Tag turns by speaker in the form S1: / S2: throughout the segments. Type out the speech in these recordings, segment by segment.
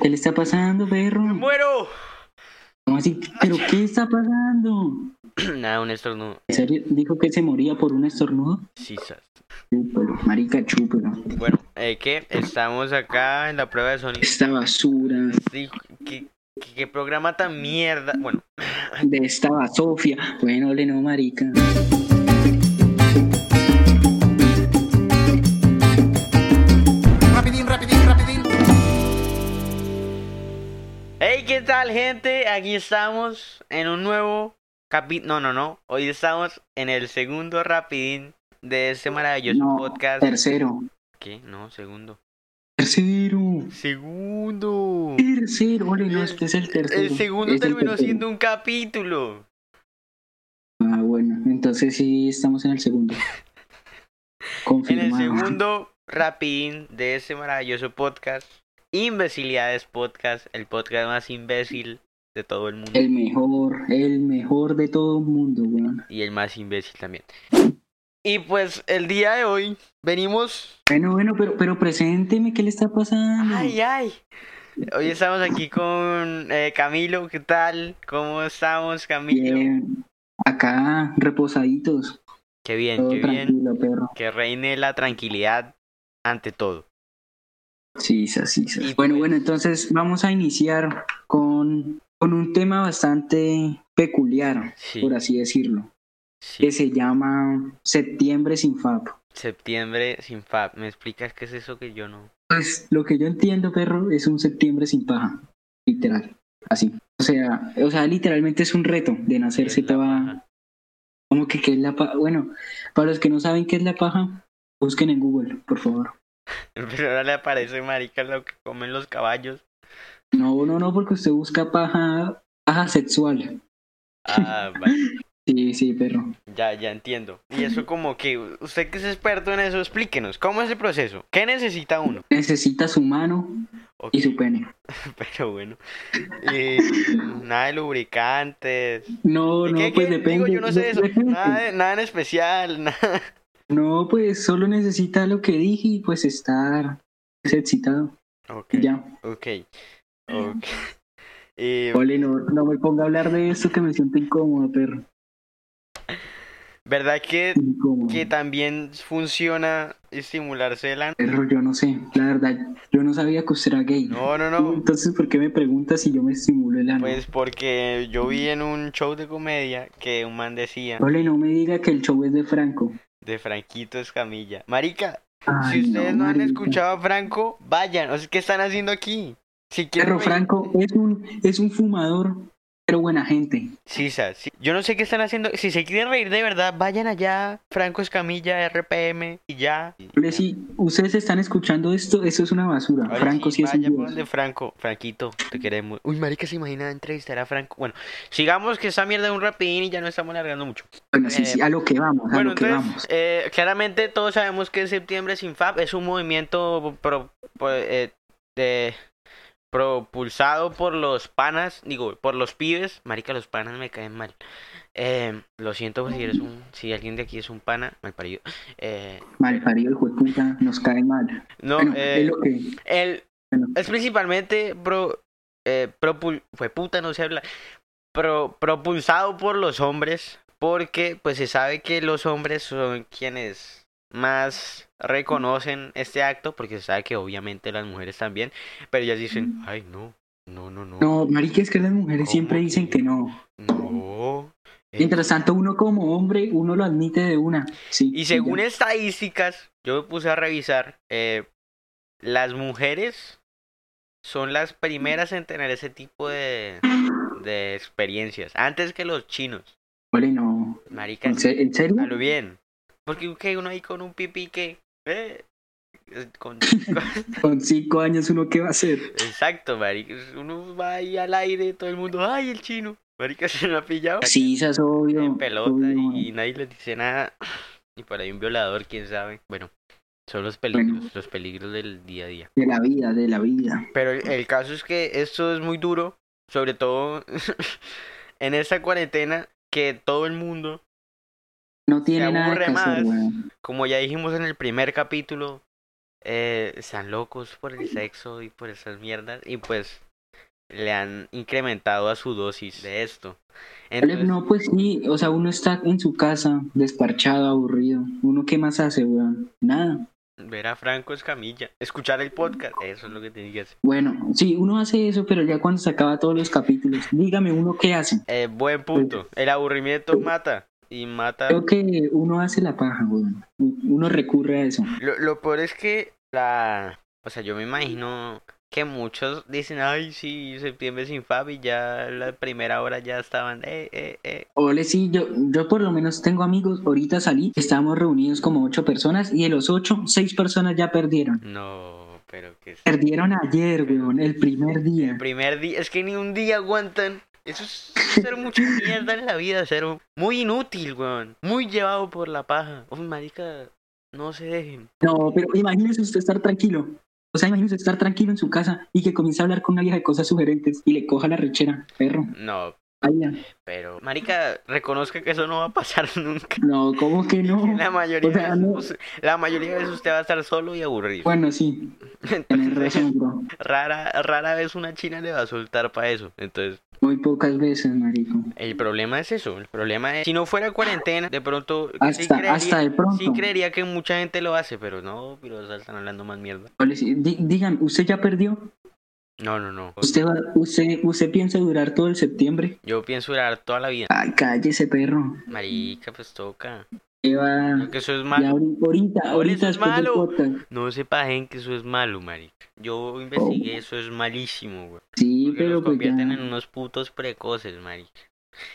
S1: ¿Qué le está pasando, perro?
S2: ¡Me muero!
S1: ¿Cómo así? ¿Pero qué está pasando?
S2: Nada, un estornudo.
S1: ¿En serio? ¿Dijo que se moría por un estornudo?
S2: Sí, sas.
S1: Chúpelo, marica, chúpelo.
S2: Bueno, eh, ¿qué? Estamos acá en la prueba de sonido.
S1: Esta basura
S2: Sí, ¿Qué, qué- qué programa tan mierda? Bueno,
S1: de esta basofia. Bueno, le no, marica.
S3: Rapidín, rapidín, rapidín.
S2: hey, ¿qué tal, gente? Aquí estamos en un nuevo capítulo. No, no, no. Hoy estamos en el segundo rapidín de este maravilloso
S1: No,
S2: podcast.
S1: tercero.
S2: ¿Qué? No, segundo.
S1: Tercero.
S2: ¡Segundo!
S1: Tercero, ole, no, este es el tercero. Este
S2: El segundo
S1: Es el
S2: terminó
S1: tercero.
S2: siendo un capítulo.
S1: Ah, bueno, entonces sí estamos en el segundo.
S2: En
S1: Confirmado.
S2: el segundo rapidín de este maravilloso podcast, Imbecilidades Podcast, el podcast más imbécil de todo el mundo.
S1: El mejor, el mejor de todo el mundo, weón.
S2: Y el más imbécil también. Y pues el día de hoy venimos...
S1: Bueno, bueno, pero, pero presénteme, ¿qué le está pasando?
S2: ¡Ay, ay! Hoy estamos aquí con eh, Camilo, ¿qué tal? ¿Cómo estamos, Camilo?
S1: Bien. Acá, reposaditos.
S2: Qué bien,
S1: Todo
S2: qué bien.
S1: tranquilo, perro.
S2: Que reine la tranquilidad ante todo.
S1: Sí, sí, sí. sí.
S2: Y
S1: Bueno,
S2: pues-
S1: bueno, entonces vamos a iniciar con, con un tema bastante peculiar,
S2: Sí,
S1: por así decirlo,
S2: sí.
S1: que se llama Septiembre sin FAP.
S2: Septiembre sin FAP. ¿Me explicas qué es eso que yo no...?
S1: Pues lo que yo entiendo, perro, es un septiembre sin paja. Literal. Así. O sea, o sea, literalmente es un reto de nacerse
S2: Es la
S1: estaba.
S2: paja.
S1: como que qué es la paja? Bueno, para los que no saben qué es la paja, busquen en Google, por favor.
S2: Pero ahora le aparece marica lo que comen los caballos.
S1: No, no, no, porque usted busca paja, paja sexual.
S2: Ah, vale,
S1: Sí, sí, perro.
S2: ya, ya entiendo. Y eso como que, usted que es experto en eso, explíquenos, ¿cómo es el proceso? ¿Qué necesita uno?
S1: Necesita su mano
S2: Ok,
S1: y su pene.
S2: Pero bueno. Eh, nada de lubricantes.
S1: No,
S2: ¿Y
S1: no,
S2: qué-
S1: pues
S2: qué?
S1: depende.
S2: Digo, yo no sé
S1: de-
S2: eso.
S1: depende.
S2: Nada, de- nada en especial. nada.
S1: No, pues solo necesita lo que dije y pues estar excitado.
S2: Ok,
S1: y Ya.
S2: ok. ok. Eh,
S1: Ole, no, no me ponga a hablar de esto que me siento incómodo, perro.
S2: ¿Verdad que,
S1: Incómodo.
S2: que también funciona estimularse el ano?
S1: Perro, yo no sé. La verdad, yo no sabía que usted era gay.
S2: No, no,
S1: Tú,
S2: no.
S1: Entonces, ¿por qué me preguntas si yo me estimulo el ano?
S2: Pues porque yo vi en un show de comedia que un man decía
S1: Ole, no me diga que el show es de Franco.
S2: de Franquito Escamilla. Marica,
S1: Ay,
S2: si ustedes no, han
S1: marica.
S2: escuchado a Franco, vayan. O sea, ¿qué están haciendo aquí? Si quieren.
S1: Perro,
S2: reír-
S1: Franco es un, es un fumador, pero buena gente.
S2: Sí, sa- sí. Yo no sé qué están haciendo. Si se quieren reír de verdad, vayan allá. Franco Escamilla, RPM y ya.
S1: Ole, si ustedes están escuchando esto, eso es una basura.
S2: Ahora
S1: Franco sí es un
S2: vayan por
S1: dios.
S2: donde Franco, Franquito, te queremos. Uy, marica, se imagina entrevistar a Franco. Bueno, sigamos que esa mierda es un rapidín y ya no estamos alargando mucho.
S1: Bueno, sí,
S2: eh,
S1: sí, a lo que vamos, a
S2: Bueno,
S1: lo que
S2: entonces,
S1: vamos.
S2: eh, claramente todos sabemos que Septiembre sin FAP es un movimiento pro- pro- eh, de- propulsado por los panas, digo, por los pibes. Marica, los panas me caen mal. Eh, lo siento pues, si eres un, si alguien de aquí es un pana, mal parido. Eh,
S1: Mal parido, hijo de puta, nos cae mal.
S2: no,
S1: bueno,
S2: eh,
S1: es lo que.
S2: el,
S1: bueno.
S2: es principalmente pro, eh, propul- fue puta, no se habla, pro- propulsado por los hombres, porque pues se sabe que los hombres son quienes más reconocen este acto, porque se sabe que obviamente las mujeres también, pero ellas dicen, ay no, no, no, no,
S1: Mm. No, marica, es que las mujeres
S2: ¿Cómo
S1: siempre
S2: que
S1: dicen que no.
S2: no". Eh,
S1: Mientras tanto, uno como hombre, uno lo admite de una. Sí,
S2: Y según
S1: ya.
S2: estadísticas, yo me puse a revisar, eh, las mujeres son las primeras en tener ese tipo de, de experiencias, antes que los chinos,
S1: Ole, no.
S2: marica,
S1: ¿En, se- en serio?
S2: a lo bien, porque ok, uno ahí con un pipí que, eh, eh, con-
S1: Con cinco años, ¿uno qué va a hacer?
S2: exacto, marica, uno va ahí al aire, todo el mundo, ay, el chino, marica, se lo ha pillado,
S1: Sí, eso es obvio.
S2: en pelota
S1: obvio.
S2: y, nadie les dice nada. Y por ahí un violador, quién sabe. Bueno, son los peligros,
S1: Bueno.
S2: los peligros del día a día.
S1: De la vida, de la vida.
S2: Pero el, el caso es que esto es muy duro, sobre todo en esta cuarentena que todo el mundo,
S1: No tiene nada que
S2: aburre
S1: hacer,
S2: más.
S1: weón.
S2: como ya dijimos en el primer capítulo, eh, están locos por el sexo y por esas mierdas y pues le han incrementado a su dosis de esto. Entonces,
S1: No, pues sí, o sea, uno está en su casa, desparchado, aburrido. ¿Uno qué más hace, weón? Nada.
S2: ver a Franco Escamilla, escuchar el podcast, eso es lo que tenía que hacer.
S1: Bueno, sí, uno hace eso, pero ya cuando se acaba todos los capítulos, dígame uno qué hace.
S2: Eh, buen punto, el aburrimiento mata y mata...
S1: Creo que uno hace la paja, weón. Uno recurre a eso.
S2: Lo, lo peor es que la... O sea, yo me imagino que muchos dicen, ay, sí, septiembre sin Fabi, ya la primera hora ya estaban, eh, eh, eh.
S1: Ole, sí, yo, yo por lo menos tengo amigos. Ahorita salí, estábamos reunidos como ocho personas y de los ocho, seis personas ya perdieron.
S2: No, pero que... es-
S1: Perdieron ayer, weón, el primer día.
S2: El primer día, es que ni un día aguantan. Eso es ser mucha mierda en la vida, ser muy inútil, weón. Muy llevado por la paja. Uy, marica, no se dejen.
S1: No, pero imagínese usted estar tranquilo. O sea, imagínese estar tranquilo en su casa y que comience a hablar con una vieja de cosas sugerentes y le coja la rechera, perro.
S2: No,
S1: Ay, ya.
S2: pero... Marica, reconozca que eso no va a pasar nunca.
S1: no, ¿cómo que no?
S2: La mayoría,
S1: O sea, no.
S2: de veces- la mayoría de veces usted va a estar solo y aburrido.
S1: Bueno, sí, tenés razón, bro.
S2: rara, rara vez una china le va a soltar para eso. Entonces,
S1: Muy pocas veces, marico.
S2: el problema es eso. El problema es, si no fuera cuarentena, de pronto... sí
S1: Hasta,
S2: creería-
S1: hasta de pronto.
S2: Sí creería que mucha gente lo hace, pero no, pero o sea, están hablando más mierda.
S1: Ole, sí, di- Digan, ¿usted ya perdió?
S2: No, no, no.
S1: ¿Usted, va, usted, ¿Usted piensa durar todo el septiembre?
S2: Yo pienso durar toda la vida.
S1: Ay, cállese, perro.
S2: Marica, pues toca.
S1: Que va...
S2: Creo que eso es
S1: Ah, Ya
S2: malo.
S1: ahori- ahorita,
S2: Ole, eso
S1: ahorita
S2: es
S1: después del
S2: malo.
S1: podcast.
S2: No se pajen que eso es malo, marica. Yo
S1: Oh.
S2: investigué, eso es malísimo, güey.
S1: Sí,
S2: Porque
S1: pero
S2: los
S1: pues ya...
S2: convierten en unos putos precoces, marica.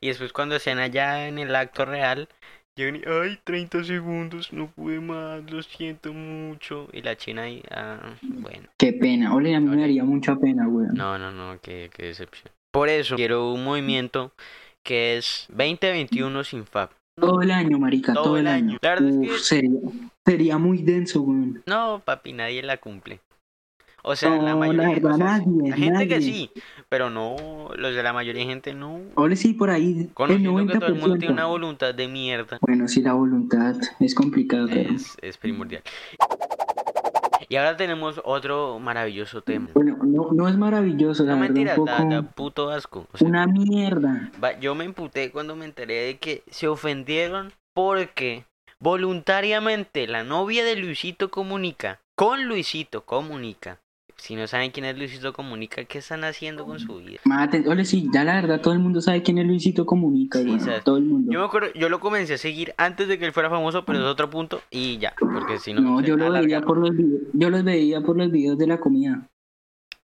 S2: Y después cuando estén allá en el acto real, llegan y, ay, 30 segundos, no pude más, lo siento mucho. Y la china ahí, ah, bueno.
S1: Qué pena. Ole, a mí me
S2: Ole.
S1: daría mucha pena, weón.
S2: No, no, no, qué, qué decepción. Por eso quiero un movimiento que es 2021 sin FAP.
S1: Todo el año, marica, todo, el año.
S2: La verdad es
S1: Uf,
S2: que-
S1: sería, sería muy denso, weón.
S2: No, papi, nadie la cumple. O sea,
S1: No,
S2: la
S1: la
S2: mayoría de
S1: verdad,
S2: cosas-
S1: nadie,
S2: la gente que
S1: nadie.
S2: sí, pero no, los de la mayoría de gente no.
S1: Ole, sí, por ahí el
S2: Conociendo
S1: 90%.
S2: que todo el mundo tiene una voluntad de mierda,
S1: Bueno, sí, la voluntad es complicada, pero...
S2: es, es primordial. Y ahora tenemos otro maravilloso tema.
S1: Bueno, no, no es maravilloso, la
S2: No
S1: verdad,
S2: mentira,
S1: un
S2: da,
S1: poco...
S2: da puto asco. o sea,
S1: Una mierda.
S2: va- yo me emputé cuando me enteré de que se ofendieron porque voluntariamente la novia de Luisito Comunica, con Luisito Comunica, si no saben quién es Luisito Comunica, ¿qué están haciendo con su vida?
S1: Mate, ole, sí, ya la verdad todo el mundo sabe quién es Luisito Comunica,
S2: Sí,
S1: weón.
S2: sabes.
S1: Todo el mundo.
S2: Yo me acuerdo, yo lo comencé a seguir antes de que él fuera famoso, pero es otro punto y ya, porque si no...
S1: No,
S2: se
S1: yo lo
S2: alarga.
S1: veía por los vide- yo los veía por los videos de la comida.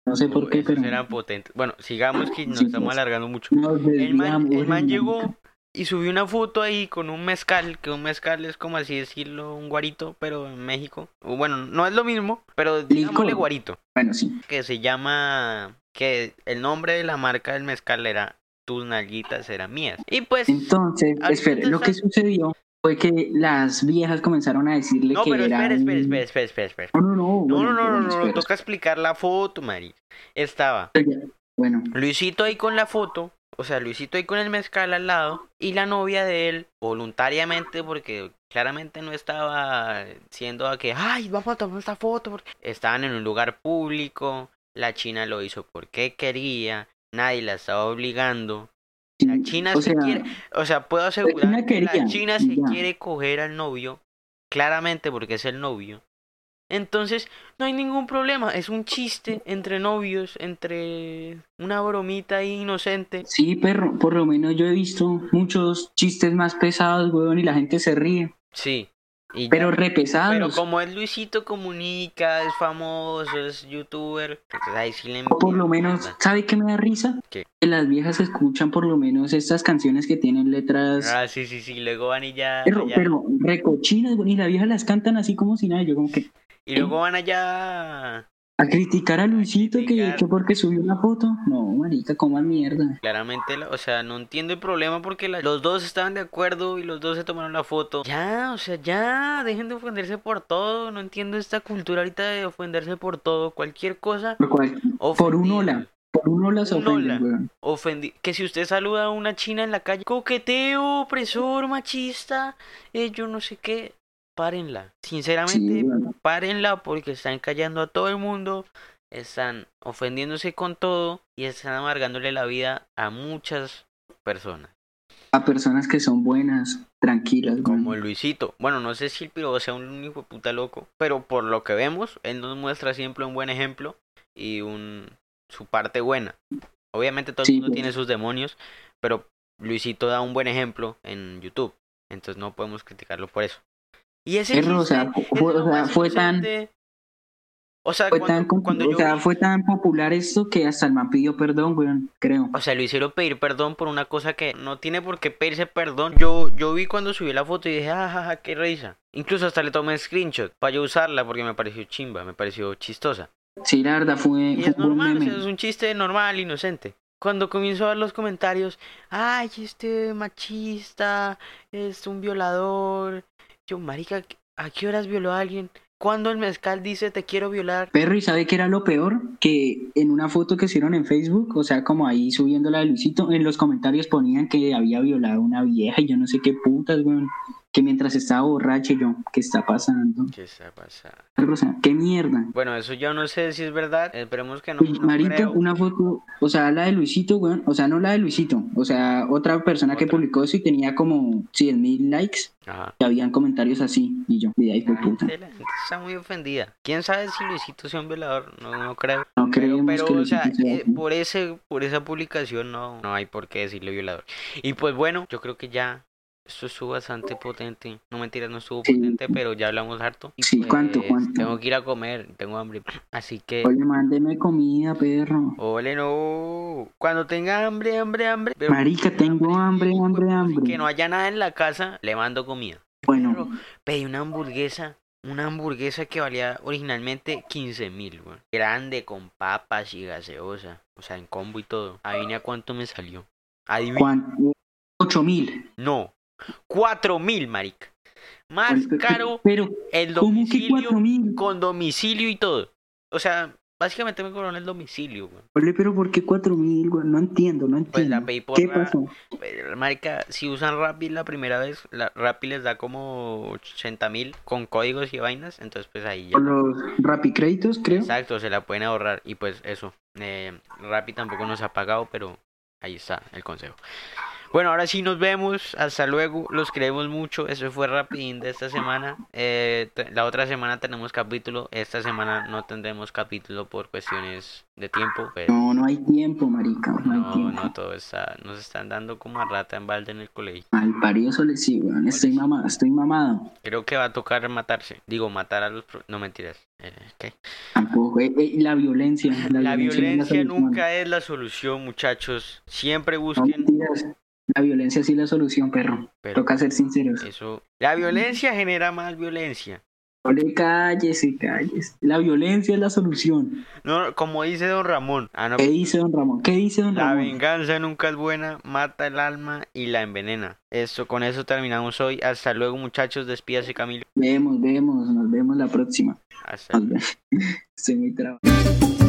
S1: No sé por
S2: Uh,
S1: qué,
S2: esos
S1: pero
S2: eran potentes. Bueno, sigamos que nos
S1: Sí,
S2: estamos
S1: pues.
S2: alargando mucho.
S1: nos
S2: El
S1: desviamos,
S2: man, el man
S1: weón.
S2: llegó y subió una foto ahí con un mezcal, que un mezcal es como así decirlo, un guarito, pero en México. O Bueno, no es lo mismo, pero digámosle
S1: Licor.
S2: guarito,
S1: Bueno, sí.
S2: que se llama, que el nombre de la marca del mezcal era Tus nalguitas eran mías. Y pues,
S1: Entonces,
S2: Ahorita
S1: espere, lo
S2: está-
S1: que sucedió fue que las viejas comenzaron a decirle
S2: no,
S1: que
S2: pero
S1: era
S2: espera, espera,
S1: un-
S2: espera, espera, espera, espera.
S1: No, no, no.
S2: No,
S1: bueno,
S2: no, no, no,
S1: bueno,
S2: no, no,
S1: espera,
S2: toca explicar la foto, Mari. Estaba
S1: espera, ya. Bueno,
S2: Luisito ahí con la foto, o sea, Luisito ahí con el mezcal al lado y la novia de él voluntariamente porque claramente no estaba siendo a que, ay, vamos a tomar esta foto. porque-". Estaban en un lugar público, la china lo hizo porque quería, nadie la estaba obligando.
S1: sí,
S2: La China
S1: o
S2: se
S1: sea,
S2: quiere- O sea, puedo asegurar
S1: China
S2: que la
S1: quería,
S2: China se
S1: ya.
S2: quiere coger al novio, claramente porque es el novio. Entonces, no hay ningún problema, es un chiste entre novios, entre una bromita ahí inocente.
S1: Sí, perro, por lo menos yo he visto muchos chistes más pesados, weón, y la gente se ríe.
S2: Sí. y ya.
S1: Pero
S2: Pero
S1: repesados.
S2: como es Luisito Comunica, es famoso, es youtuber, entonces ahí sí le
S1: O por lo
S2: envían
S1: menos,
S2: mierda.
S1: ¿sabe qué me da risa?
S2: ¿Qué?
S1: Que las viejas escuchan por lo menos estas canciones que tienen letras.
S2: Ah, sí, sí, sí, luego van y ya...
S1: Pero,
S2: allá-
S1: pero recochinas, güey, y las viejas las cantan así como si nada. Yo como que
S2: Y luego van allá...
S1: a criticar a Luisito que,
S2: criticar.
S1: que porque subió una foto. No, marica, coma mierda.
S2: Claramente, la- o sea, no entiendo el problema porque la- los dos estaban de acuerdo y los dos se tomaron la foto. Ya, o sea, ya, dejen de ofenderse por todo. No entiendo esta cultura ahorita de ofenderse por todo. Cualquier cosa.
S1: Por, cual- por un
S2: ofendida.
S1: hola. Por un hola se
S2: Un
S1: ofenden,
S2: hola.
S1: weón.
S2: Ofendi- que si usted saluda a una china en la calle, coqueteo, opresor, machista, eh, yo no sé qué. párenla. Sinceramente,
S1: bueno.
S2: párenla porque están callando a todo el mundo, están ofendiéndose con todo y están amargándole la vida a muchas personas.
S1: A personas que son buenas, tranquilas.
S2: Como
S1: weón.
S2: Luisito. Bueno, no sé si el piro sea un hijo de puta loco, pero por lo que vemos, él nos muestra siempre un buen ejemplo y un su parte buena. Obviamente todo
S1: Sí,
S2: el mundo
S1: pues.
S2: tiene sus demonios, pero Luisito da un buen ejemplo en YouTube. Entonces no podemos criticarlo por eso. Y ese
S1: Perro, o sea,
S2: chiste es
S1: fue-
S2: lo
S1: o sea,
S2: más
S1: fue tan-
S2: inocente. O sea,
S1: Fue
S2: cuando,
S1: tan, compu-
S2: cuando
S1: o
S2: yo
S1: sea,
S2: vi-
S1: fue tan popular esto que hasta el man pidió perdón, weón, creo.
S2: O sea, lo hicieron pedir perdón por una cosa que no tiene por qué pedirse perdón. Yo, yo vi cuando subí la foto y dije, ah, ja, ja, qué risa. Incluso hasta le tomé screenshot para yo usarla porque me pareció chimba, me pareció chistosa.
S1: Sí, la verdad fue,
S2: Y
S1: fue
S2: es normal, o
S1: un
S2: sea,
S1: meme.
S2: es un chiste normal, inocente. Cuando comienzo a ver los comentarios, ay, este machista, es un violador. Yo, marica, ¿a qué horas violó a alguien? Cuando el mezcal dice, te quiero violar?
S1: Perro, ¿y sabe qué era lo peor? Que en una foto que hicieron en Facebook, o sea, como ahí subiendo la de Luisito, en los comentarios ponían que había violado a una vieja y yo no sé qué putas, weón. Que mientras estaba borracho, y yo, ¿qué está pasando?
S2: ¿Qué está pasando?
S1: Perro, o sea, qué mierda.
S2: Bueno, eso yo no sé si es verdad. Esperemos que no.
S1: Pues,
S2: no
S1: marica,
S2: creo.
S1: una foto, o sea, la de Luisito, weón, o sea, no la de Luisito, o sea, otra persona que
S2: Otra.
S1: publicó eso y tenía como 100 mil likes
S2: Ajá.
S1: y habían comentarios así, y yo, de ahí fue
S2: La
S1: puta.
S2: gente, la gente está muy ofendida. ¿Quién sabe si Luisito sea un violador? No, no creo.
S1: No
S2: Pero,
S1: creemos
S2: pero,
S1: que
S2: o
S1: Luisito
S2: sea,
S1: sea
S2: eh,
S1: así.
S2: por, ese, por esa publicación no, no hay por qué decirle violador. Y pues bueno, yo creo que ya esto estuvo bastante potente. No mentiras, no estuvo
S1: Sí.
S2: potente, pero ya hablamos harto. Y
S1: Sí,
S2: pues,
S1: ¿cuánto, cuánto?
S2: Tengo que ir a comer, tengo hambre. Así que,
S1: Oye, mándeme comida, perro.
S2: ole, no. Cuando tenga hambre, hambre, hambre. pero-
S1: Marica, tengo hambre, hambre, hambre.
S2: Que no haya nada en la casa, le mando comida.
S1: Bueno,
S2: Pero pedí una hamburguesa, una hamburguesa que valía originalmente 15 mil, weón. Grande, con papas y gaseosa. O sea, en combo y todo. Adivina cuánto me salió. Adivina.
S1: ¿cuánto? 8 mil.
S2: No. 4 mil, marica. Más caro
S1: Pero,
S2: el
S1: ¿cómo que
S2: domicilio
S1: 4 mil?
S2: con domicilio y todo. O sea, básicamente me cobraron el domicilio, weón.
S1: Oye, pero ¿por qué 4 mil, güey? No entiendo, no
S2: Pues la
S1: entiendo.
S2: pedí por
S1: ¿Qué
S2: la-
S1: pasó?
S2: Pero, Marica, si usan Rappi la primera vez, la, Rappi les da como 80 mil con códigos y vainas. Entonces, pues ahí ya.
S1: Por los rapicréditos, creo.
S2: Exacto, se la pueden ahorrar. Y pues eso. Eh, Rappi tampoco nos ha pagado, pero ahí está el consejo. Bueno, ahora sí nos vemos. Hasta luego. Los queremos mucho. Eso fue Rapidín de esta semana. Eh, te- la otra semana tenemos capítulo. Esta semana no tendremos capítulo por cuestiones de tiempo. pero
S1: No, no hay tiempo, marica, no hay
S2: no,
S1: tiempo.
S2: no todo está. Nos están dando como a rata en balde en el colegio.
S1: Al parido sole sí, weón. Estoy mamado, estoy mamado.
S2: Creo que va a tocar matarse. Digo, matar a los. pro- No mentiras. Eh, ¿qué?
S1: Tampoco. eh, eh, la violencia. La,
S2: La
S1: violencia,
S2: violencia
S1: es la solución.
S2: nunca es la solución, muchachos. Siempre
S1: No
S2: busquen
S1: mentiras. La violencia sí es la solución, perro.
S2: Pero
S1: Toca ser sinceros.
S2: eso. La violencia genera más violencia.
S1: Ole, calles y calles. La violencia es la solución.
S2: No, como dice don Ramón. Ah, no.
S1: ¿Qué dice don Ramón? ¿Qué dice don
S2: La
S1: Ramón?
S2: venganza nunca es buena, mata el alma y la envenena. Esto, con eso terminamos hoy. Hasta luego, muchachos. Despídase, Camilo.
S1: Vemos, vemos, nos vemos la próxima.
S2: Hasta
S1: Nos vemos. Estoy muy trabado.